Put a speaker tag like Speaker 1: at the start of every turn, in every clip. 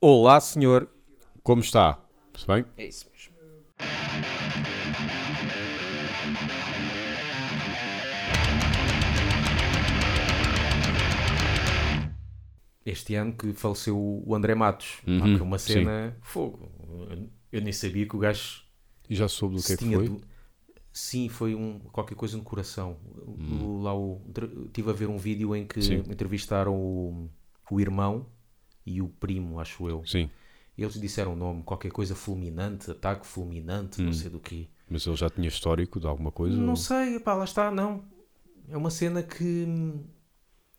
Speaker 1: Olá, senhor.
Speaker 2: Como está? Se bem?
Speaker 1: É isso mesmo. Este ano que faleceu o André Matos. Pá,
Speaker 2: Uhum,
Speaker 1: que uma cena. Fogo. Eu nem sabia que o gajo
Speaker 2: Já soube do que
Speaker 1: se
Speaker 2: é que
Speaker 1: tinha
Speaker 2: foi?
Speaker 1: do- Sim, foi um, qualquer coisa no coração. O- o- lá o, tr- tive a ver um vídeo em que
Speaker 2: Hum. Sim.
Speaker 1: entrevistaram o, o irmão e o primo, acho eu.
Speaker 2: Sim,
Speaker 1: Eles disseram o nome, qualquer coisa fulminante, ataque fulminante,
Speaker 2: Hum.
Speaker 1: não sei do quê.
Speaker 2: mas ele já tinha histórico de alguma coisa?
Speaker 1: Não
Speaker 2: ou-
Speaker 1: sei, pá, lá está, não. É uma cena que,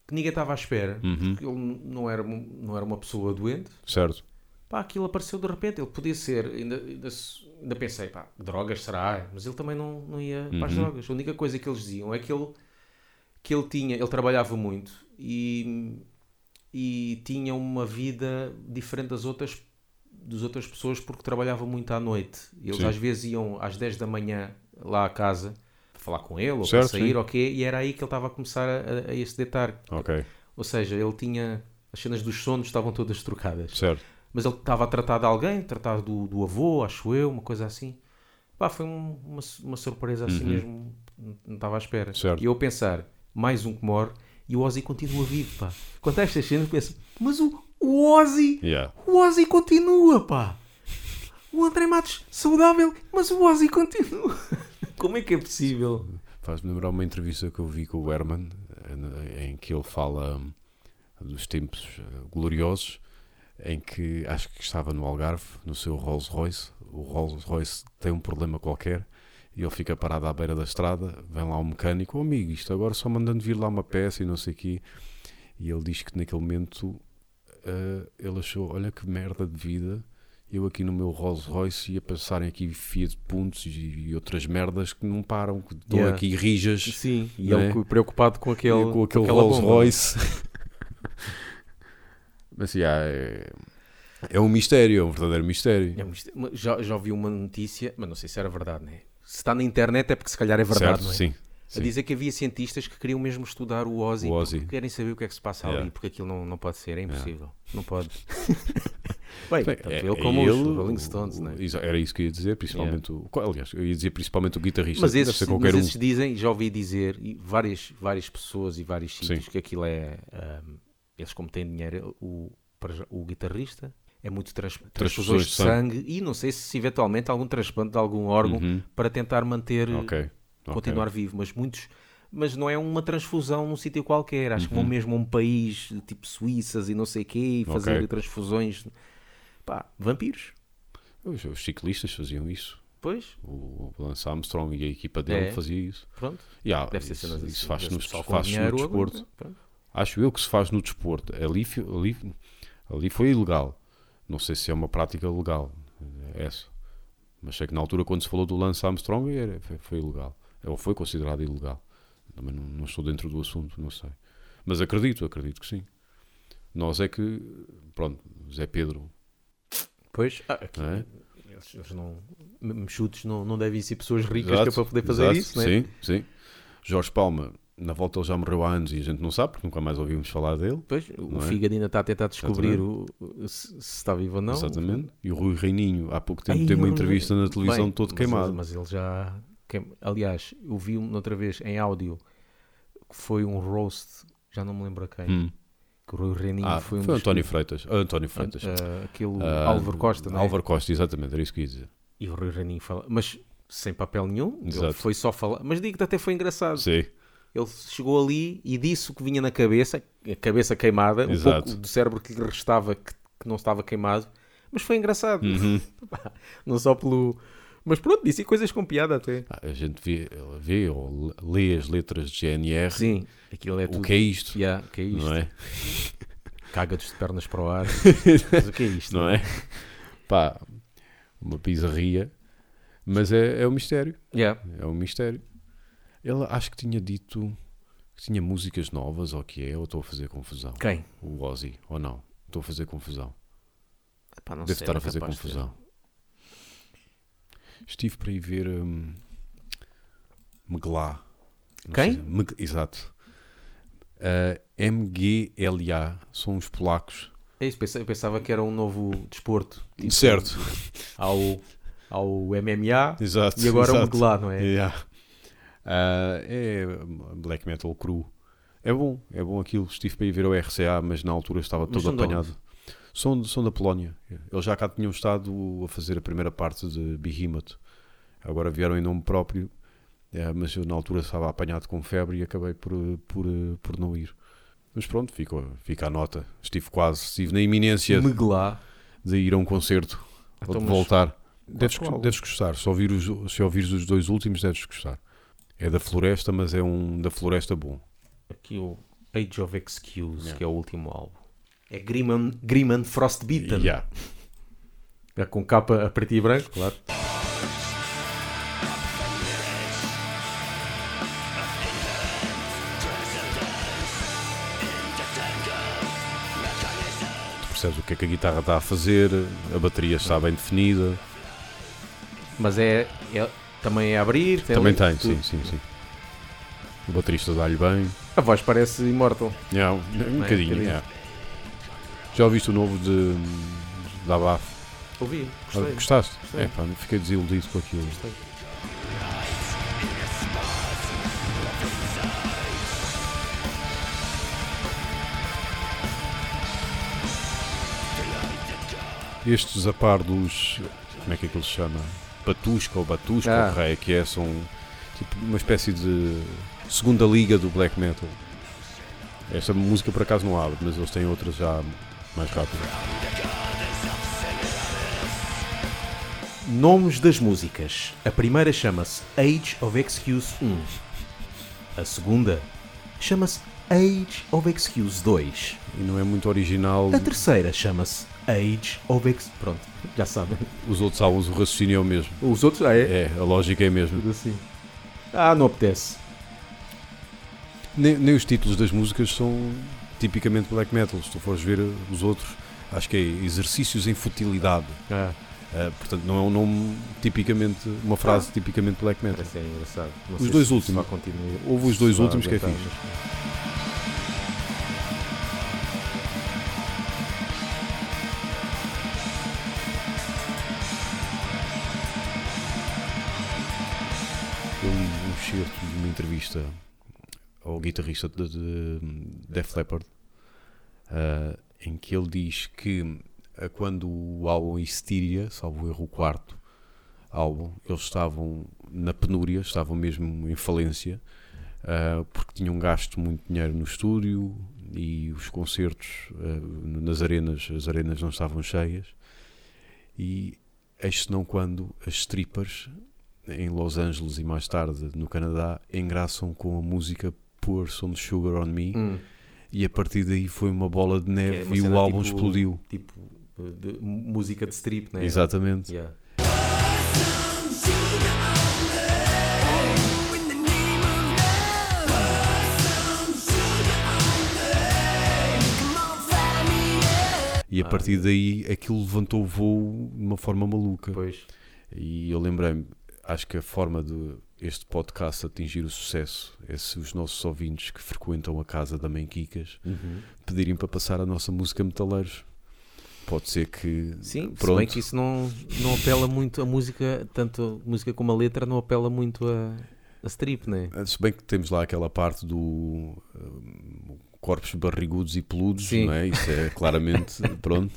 Speaker 1: que ninguém estava à espera.
Speaker 2: Uhum.
Speaker 1: Porque Ele não era, um- não era uma pessoa doente.
Speaker 2: Certo.
Speaker 1: Pá, aquilo apareceu de repente. Ele podia ser, ainda, ainda, se- ainda pensei, pá, drogas será? Mas ele também não, não ia para as
Speaker 2: Uhum.
Speaker 1: drogas. A única coisa que eles diziam é que ele, que ele tinha, ele trabalhava muito e, e tinha uma vida diferente das outras, das outras pessoas porque trabalhava muito à noite. Eles
Speaker 2: Sim.
Speaker 1: às vezes iam às 10 da manhã lá à casa para falar com ele ou
Speaker 2: Certo,
Speaker 1: para sair
Speaker 2: sim.
Speaker 1: ou quê, e era aí que ele estava a começar a, a- a esse deitar.
Speaker 2: Ok,
Speaker 1: Ou seja, ele tinha, as cenas dos sonos estavam todas trocadas
Speaker 2: certo.
Speaker 1: mas ele estava a tratar de alguém, tratar do, do avô, acho eu, uma coisa assim. Pá, foi um- uma, su- uma surpresa assim mesmo, não- não estava à espera.
Speaker 2: Uhum. Certo.
Speaker 1: E eu a pensar, mais um que morre, e o Ozzy continua vivo, pá. Quanto a estas cenas, eu penso, mas o, o Ozzy,
Speaker 2: Yeah.
Speaker 1: o Ozzy continua, pá. O André Matos saudável, mas o Ozzy continua. Como é que é possível?
Speaker 2: Faz-me lembrar uma entrevista que eu vi com o Herman, eh, em que ele fala hum, dos tempos eh, gloriosos, em que acho que estava no Algarve, no seu Rolls Royce. O Rolls Royce tem um problema qualquer e ele fica parado à beira da estrada. Vem lá um mecânico, "Oh, amigo, isto agora só mandando vir lá uma peça e não sei o quê. E ele diz que naquele momento eh, ele achou: olha que merda de vida. Eu aqui no meu Rolls Royce ia passarem aqui Fiat Puntos e, e outras merdas que não param, que estão
Speaker 1: Yeah.
Speaker 2: aqui rijas
Speaker 1: Sim,
Speaker 2: e ele
Speaker 1: preocupado com aquele,
Speaker 2: é? com aquele Rolls Royce. Mas yeah, é, é um mistério, é um verdadeiro mistério.
Speaker 1: É um mistério. Mas Já, já ouvi uma notícia, mas não sei se era verdade, né? Se está na internet é porque se calhar é
Speaker 2: certo?
Speaker 1: verdade, não é?
Speaker 2: Sim.
Speaker 1: A
Speaker 2: sim.
Speaker 1: dizer que havia cientistas que queriam mesmo estudar o Ozzy,
Speaker 2: O Ozzy.
Speaker 1: porque querem saber o que é que se passa
Speaker 2: Yeah.
Speaker 1: ali, porque aquilo não, não pode ser, é impossível. Não pode. Bem, tanto
Speaker 2: É-
Speaker 1: ele
Speaker 2: é
Speaker 1: como
Speaker 2: ele,
Speaker 1: os Rolling Stones,
Speaker 2: o-
Speaker 1: né?
Speaker 2: exa- Era isso que eu ia dizer, principalmente o. qual- Aliás, eu ia dizer principalmente o guitarrista.
Speaker 1: Mas
Speaker 2: deve ser
Speaker 1: esses,
Speaker 2: qualquer
Speaker 1: mas
Speaker 2: um.
Speaker 1: esses dizem, já ouvi dizer, e várias, várias pessoas e vários sítios, que aquilo é. ahm, eles, como têm dinheiro, o, para já- o guitarrista é muito trans, transfusões de sangue, e não sei se eventualmente algum transplante de algum órgão para tentar manter
Speaker 2: Uhum. Ok. ok.
Speaker 1: continuar vivo, mas muitos. Mas não é uma transfusão num sítio qualquer, acho que vão mesmo a um país tipo Suíças e não sei quê e fazer
Speaker 2: Uhum. Ok.
Speaker 1: transfusões. Pá, vampiros,
Speaker 2: Os, os ciclistas faziam isso.
Speaker 1: pois,
Speaker 2: O o Lance Armstrong e a equipa dele
Speaker 1: É.
Speaker 2: fazia isso.
Speaker 1: pronto,
Speaker 2: Yeah,
Speaker 1: deve ser
Speaker 2: isso,
Speaker 1: cenas assim.
Speaker 2: isso faz-se
Speaker 1: deve
Speaker 2: no,
Speaker 1: ser pessoal com
Speaker 2: faz no
Speaker 1: dinheiro,
Speaker 2: desporto.
Speaker 1: pronto.
Speaker 2: Acho eu que se faz no desporto. Ali, fi- ali, ali foi ilegal. Não sei se é uma prática legal. eh, Essa. Mas sei que na altura, quando se falou do Lance Armstrong, era, foi, foi ilegal. Ou foi considerado ilegal. Também não, não estou dentro do assunto, não sei. Mas acredito, acredito que sim. Nós é que. Pronto, Zé Pedro.
Speaker 1: Pois, ah, aqui,
Speaker 2: Não é?
Speaker 1: eles, eles não, mechutos não, não devem ser pessoas ricas que é
Speaker 2: Exato,
Speaker 1: para poder fazer
Speaker 2: exato,
Speaker 1: isso, né?
Speaker 2: Sim, sim. Jorge Palma, na volta ele já morreu há anos e a gente não sabe, porque nunca mais ouvimos falar dele.
Speaker 1: Pois, o
Speaker 2: Não é?
Speaker 1: fígado ainda está a tentar descobrir o, o- se, se está vivo ou não.
Speaker 2: Exatamente. E o Rui Reininho, há pouco tempo,
Speaker 1: Ai,
Speaker 2: teve uma
Speaker 1: eu-
Speaker 2: entrevista na televisão
Speaker 1: Bem,
Speaker 2: todo
Speaker 1: mas
Speaker 2: queimado.
Speaker 1: ele- Mas ele já. queim- Aliás, eu vi um outra vez em áudio que foi um roast, já não me lembro a quem.
Speaker 2: Hum.
Speaker 1: Que o Rui Reninho
Speaker 2: Ah, foi,
Speaker 1: foi um.
Speaker 2: o
Speaker 1: dos-
Speaker 2: António Freitas. Ah, António Freitas.
Speaker 1: ah, aquele
Speaker 2: Ah,
Speaker 1: Álvaro Costa, não é?
Speaker 2: Álvaro Costa, exatamente, era isso que ia dizer.
Speaker 1: E o Rui Reninho fala. Mas sem papel nenhum, ele
Speaker 2: Exato.
Speaker 1: foi só falar. Mas digo-te, até foi engraçado.
Speaker 2: Sim,
Speaker 1: Ele chegou ali e disse o que vinha na cabeça, a cabeça queimada, o
Speaker 2: Exato.
Speaker 1: pouco do cérebro que lhe restava que, que não estava queimado. Mas foi engraçado.
Speaker 2: Uhum.
Speaker 1: Pá, não só pelo. Mas pronto, disse coisas com piada até.
Speaker 2: Ah, a gente vê, vê ou lê as letras de GNR.
Speaker 1: Sim, aquilo é
Speaker 2: O
Speaker 1: tudo.
Speaker 2: que é isto?
Speaker 1: Yeah, o que é isto?
Speaker 2: Não é?
Speaker 1: Caga-te de pernas para o ar. Mas o que é isto?
Speaker 2: Não é? Pá, uma pizarria. Mas é, é um mistério.
Speaker 1: Yeah.
Speaker 2: É um mistério. Ele acho que tinha dito que tinha músicas novas, ou que é, ou estou a fazer confusão.
Speaker 1: Quem?
Speaker 2: O Ozzy, ou não? Estou a fazer confusão.
Speaker 1: Epá, não
Speaker 2: Deve
Speaker 1: sei,
Speaker 2: estar
Speaker 1: era
Speaker 2: a fazer
Speaker 1: capaz de
Speaker 2: confusão. Estive para ir ver hum, Meglá. Não
Speaker 1: Quem?
Speaker 2: sei, Meg- exato. Ah, MGLA. São uns polacos
Speaker 1: É isso, pensa- eu pensava que era um novo desporto. tipo,
Speaker 2: certo,
Speaker 1: Ao, ao MMA
Speaker 2: exato.
Speaker 1: e agora o
Speaker 2: exato.
Speaker 1: modelar, não é?
Speaker 2: Yeah. Ah, é black metal cru. É bom, é bom aquilo. Estive para ir ver o RCA, mas na altura estava
Speaker 1: Mas
Speaker 2: todo
Speaker 1: são de
Speaker 2: apanhado. São, são da Polónia. Eles já cá tinham estado a fazer a primeira parte de Behemoth. Agora vieram em nome próprio, eh, mas eu na altura estava apanhado com febre e acabei por, por, por não ir. Mas pronto, fica, fica a nota. Estive quase, estive na iminência
Speaker 1: Meglar.
Speaker 2: de ir a um concerto ou
Speaker 1: Então,
Speaker 2: de
Speaker 1: mas
Speaker 2: voltar. Deves,
Speaker 1: qual?
Speaker 2: deves gostar. Se, ouvir os, se ouvires os dois últimos, deves gostar. É da floresta, mas é um da floresta bom.
Speaker 1: Aqui o Age of Excuse,
Speaker 2: Yeah.
Speaker 1: que é o último álbum. É Grim and, Grim and Frostbitten.
Speaker 2: Yeah.
Speaker 1: É com capa a preto e branco, claro.
Speaker 2: Tu percebes o que é que a guitarra está a fazer, a bateria está bem definida.
Speaker 1: Mas é, é- também é abrir.
Speaker 2: Também
Speaker 1: ali
Speaker 2: tem, sim,
Speaker 1: tudo.
Speaker 2: sim, sim. O baterista dá-lhe bem.
Speaker 1: A voz parece Immortal.
Speaker 2: Yeah, um, um
Speaker 1: um
Speaker 2: bocadinho.
Speaker 1: bocadinho.
Speaker 2: yeah. Já ouviste o novo de, da Baf?
Speaker 1: Ouvi, gostei.
Speaker 2: Gostaste?
Speaker 1: Gostei.
Speaker 2: É, pá, fiquei desiludido com aquilo.
Speaker 1: gostei.
Speaker 2: Estes a par dos. Como é que é que ele se chama? Batusca ou Batusca,
Speaker 1: Ah.
Speaker 2: ou Rei, que é, são tipo uma espécie de segunda liga do black metal. Esta música por acaso não abre, mas eles têm outras já mais rápido.
Speaker 1: Nomes das músicas. A primeira chama-se Age of Excuse 1. A segunda chama-se Age of Excuse 2.
Speaker 2: E não é muito original.
Speaker 1: A terceira chama-se Age of Ex... Pronto, já sabem.
Speaker 2: Os outros álbuns, o raciocínio é o mesmo.
Speaker 1: Os outros já é.
Speaker 2: É, a lógica é a mesma.
Speaker 1: Tudo assim. Ah, não apetece.
Speaker 2: Nem, nem os títulos das músicas são tipicamente black metal. Se tu fores ver os outros, acho que é Exercícios em Futilidade.
Speaker 1: Ah,
Speaker 2: Ah, portanto, não é um nome tipicamente, uma frase tipicamente black metal.
Speaker 1: parece é engraçado. Não
Speaker 2: Os
Speaker 1: sei
Speaker 2: dois
Speaker 1: se- se
Speaker 2: últimos.
Speaker 1: vai continuar-
Speaker 2: Houve os dois
Speaker 1: se vai
Speaker 2: últimos que é
Speaker 1: aguentar,
Speaker 2: fixe.
Speaker 1: mas-
Speaker 2: Eu li um excerto de uma entrevista ao guitarrista de, de Def Leppard ah, em que ele diz que ah, quando o álbum Hysteria, salvo erro, o quarto álbum, eles estavam na penúria, estavam mesmo em falência ah, porque tinham gasto muito dinheiro no estúdio e os concertos ah, nas arenas, as arenas não estavam cheias e eis se não quando as strippers em Los Angeles e mais tarde no Canadá engraçam com a música Pour Some Sugar On Me
Speaker 1: Hum,
Speaker 2: e a partir daí foi uma bola de
Speaker 1: é
Speaker 2: neve
Speaker 1: uma
Speaker 2: e o
Speaker 1: cena
Speaker 2: álbum
Speaker 1: tipo-
Speaker 2: explodiu.
Speaker 1: tipo eh, de música de strip, né?
Speaker 2: Exatamente.
Speaker 1: Yeah.
Speaker 2: E a
Speaker 1: Ah,
Speaker 2: partir daí aquilo levantou o voo de uma forma maluca.
Speaker 1: Pois.
Speaker 2: E eu lembrei-me, acho que a forma de este podcast atingir o sucesso é se os nossos ouvintes que frequentam a casa da Mãe Quicas
Speaker 1: Uhum.
Speaker 2: pedirem para passar a nossa música Metaleiros. Pode ser que.
Speaker 1: Sim, se bem
Speaker 2: pronto.
Speaker 1: que isso não, não apela muito a música, tanto a música como a letra, não apela muito a, a strip, né?
Speaker 2: Se bem que temos lá aquela parte do hum, corpos barrigudos e peludos,
Speaker 1: Sim.
Speaker 2: não é? Isso é claramente, pronto.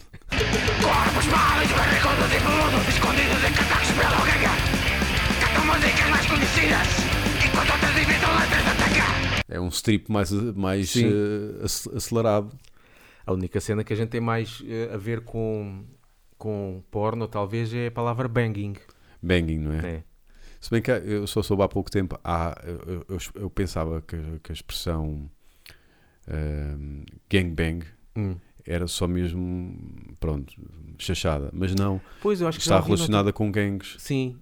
Speaker 2: É um strip mais, mais
Speaker 1: Sim.
Speaker 2: eh, ac- acelerado.
Speaker 1: A única cena que a gente tem mais eh, a ver com, com porno, talvez, é a palavra banging,
Speaker 2: Banging, não é?
Speaker 1: né?
Speaker 2: Se bem que eu só soube há pouco tempo, há, eu, eu- eu pensava que, que a expressão ehm, gangbang
Speaker 1: Hum.
Speaker 2: era só mesmo, pronto, chachada. Mas não,
Speaker 1: Pois, eu acho que
Speaker 2: está
Speaker 1: já ouvi noutro-
Speaker 2: relacionada com gangues.
Speaker 1: Sim,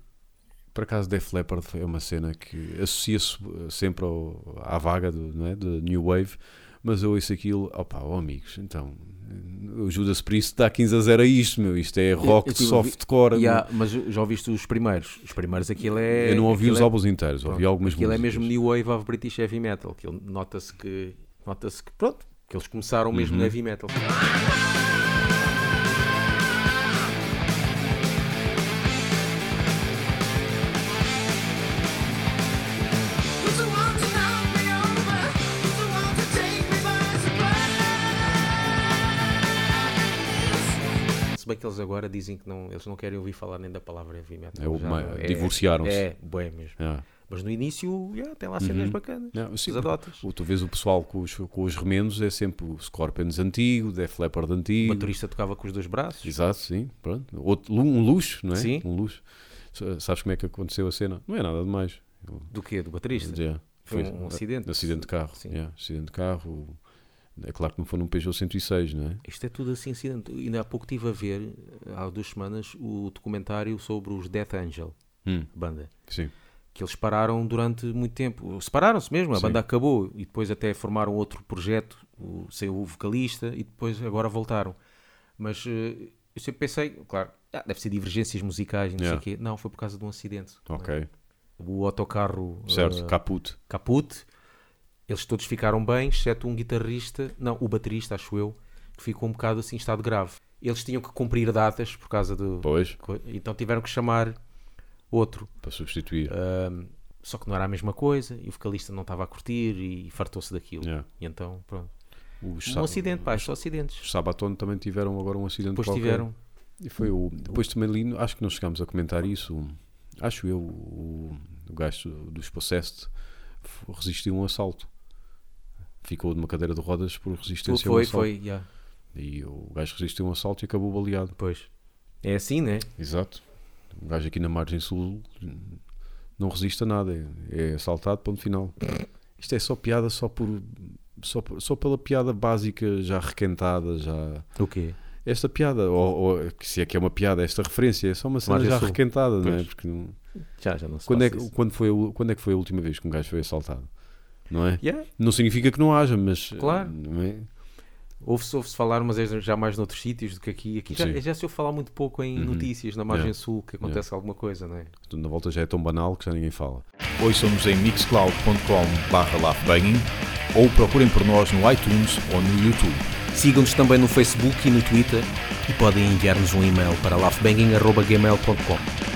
Speaker 2: Por acaso, Def Leppard é uma cena que associa-se eh, sempre ao- à vaga do, não é? de New Wave, mas eu ouço aquilo, opá, oh, amigos, então, eh, o Judas Priest dá 15 a 0 a isto, meu, isto é rock
Speaker 1: eu
Speaker 2: de
Speaker 1: tive a vi-
Speaker 2: softcore.
Speaker 1: e
Speaker 2: meu.
Speaker 1: há- mas já ouviste os primeiros. Os primeiros, aquilo é.
Speaker 2: Eu não ouvi
Speaker 1: aquilo
Speaker 2: os
Speaker 1: é-
Speaker 2: álbuns inteiros, ouvi
Speaker 1: Pronto,
Speaker 2: algumas
Speaker 1: Aquilo é
Speaker 2: músicas.
Speaker 1: mesmo New Wave of British Heavy Metal.
Speaker 2: Uhum.
Speaker 1: Aquilo nota-se que. Nota-se que. Pronto. Que eles começaram mesmo no heavy metal. bem que eles agora dizem que não, eles não querem ouvir falar nem da palavra heavy metal.
Speaker 2: É o
Speaker 1: Já
Speaker 2: ma-
Speaker 1: não- é-
Speaker 2: divorciaram-se.
Speaker 1: É, bué mesmo.
Speaker 2: É.
Speaker 1: Mas no início, já, tem lá cenas
Speaker 2: Uhum.
Speaker 1: bacanas.
Speaker 2: Não, sim,
Speaker 1: Os adotas.
Speaker 2: o- tu vês o pessoal com os, com os remendos, é sempre o Scorpions antigo, Def Leppard
Speaker 1: O
Speaker 2: antigo.
Speaker 1: motorista tocava com os dois braços.
Speaker 2: Exato, sim. Pronto. Outro, lu- um luxo, não é?
Speaker 1: Sim.
Speaker 2: Um luxo. S- Sabes como é que aconteceu a cena? Não é nada demais.
Speaker 1: Do quê? Do baterista?
Speaker 2: Yeah.
Speaker 1: Foi um, um acidente.
Speaker 2: acidente de carro.
Speaker 1: Sim.
Speaker 2: yeah, acidente de carro. É claro que não foi num Peugeot 106, não é?
Speaker 1: Isto é tudo assim acidente. Ainda há pouco estive a ver, há duas semanas, o documentário sobre os Death Angel,
Speaker 2: Hum,
Speaker 1: banda.
Speaker 2: sim.
Speaker 1: Que eles pararam durante muito tempo. Separaram-se mesmo, a
Speaker 2: Sim.
Speaker 1: banda acabou. E depois até formaram outro projeto, o, sem o vocalista, e depois agora voltaram. Mas eh, eu sempre pensei, claro, ah, deve ser divergências musicais, e não
Speaker 2: Yeah.
Speaker 1: sei o quê. Não, foi por causa de um acidente.
Speaker 2: Ok.
Speaker 1: Ah, O autocarro
Speaker 2: Certo.
Speaker 1: eh,
Speaker 2: Caput.
Speaker 1: Caput. Eles todos ficaram bem, exceto um guitarrista, não, o baterista, acho eu, que ficou um bocado assim em estado grave. Eles tinham que cumprir datas por causa do.
Speaker 2: Pois,
Speaker 1: co- Então tiveram que chamar outro.
Speaker 2: para substituir.
Speaker 1: Ahm, só que não era a mesma coisa e o vocalista não estava a curtir e fartou-se daquilo.
Speaker 2: Yeah.
Speaker 1: E então, pronto.
Speaker 2: Os,
Speaker 1: Um
Speaker 2: Sa-
Speaker 1: acidente, pá, só acidentes.
Speaker 2: os Sabaton também tiveram agora um acidente
Speaker 1: Depois
Speaker 2: qualquer.
Speaker 1: tiveram.
Speaker 2: E foi o. Depois também li, acho que não chegámos a comentar isso. Acho eu, o, o gajo dos Possessed f- resistiu a um assalto. Ficou de uma cadeira de rodas por resistência a um
Speaker 1: Foi,
Speaker 2: assalto.
Speaker 1: foi, yeah.
Speaker 2: E o gajo resistiu a um assalto e acabou baleado.
Speaker 1: Pois. É assim, né?
Speaker 2: Exato. O gajo aqui na margem sul não resiste a nada. É assaltado, ponto final. Isto é só piada só por. Só, por- só pela piada básica, já requentada, já.
Speaker 1: O quê?
Speaker 2: Esta piada, ou, ou que se é que é uma piada, esta referência, é só uma cena
Speaker 1: Margem
Speaker 2: já
Speaker 1: Sul.
Speaker 2: requentada, não é?
Speaker 1: Pois.
Speaker 2: Porque não-
Speaker 1: Já, já não se
Speaker 2: Quando é,
Speaker 1: passa
Speaker 2: que-
Speaker 1: isso.
Speaker 2: quando, foi, a u- quando é que foi a última vez que um gajo foi assaltado? Não é?
Speaker 1: Yeah.
Speaker 2: Não significa que não haja, mas.
Speaker 1: Claro.
Speaker 2: Não é?
Speaker 1: Ouve-se ouve falar, mas é já mais noutros sítios do que aqui. Aqui já,
Speaker 2: Sim.
Speaker 1: já se ouve falar muito pouco em
Speaker 2: Uhum.
Speaker 1: notícias na margem
Speaker 2: Yeah.
Speaker 1: sul que acontece alguma coisa, não é?
Speaker 2: Portanto, Na volta já é tão banal que já ninguém fala.
Speaker 3: Ouçam-nos em mixcloud.com/laughbanging ou procurem por nós no iTunes ou no YouTube.
Speaker 1: Sigam-nos também no Facebook e no Twitter e podem enviar-nos um e-mail para laughbanging.gmail.com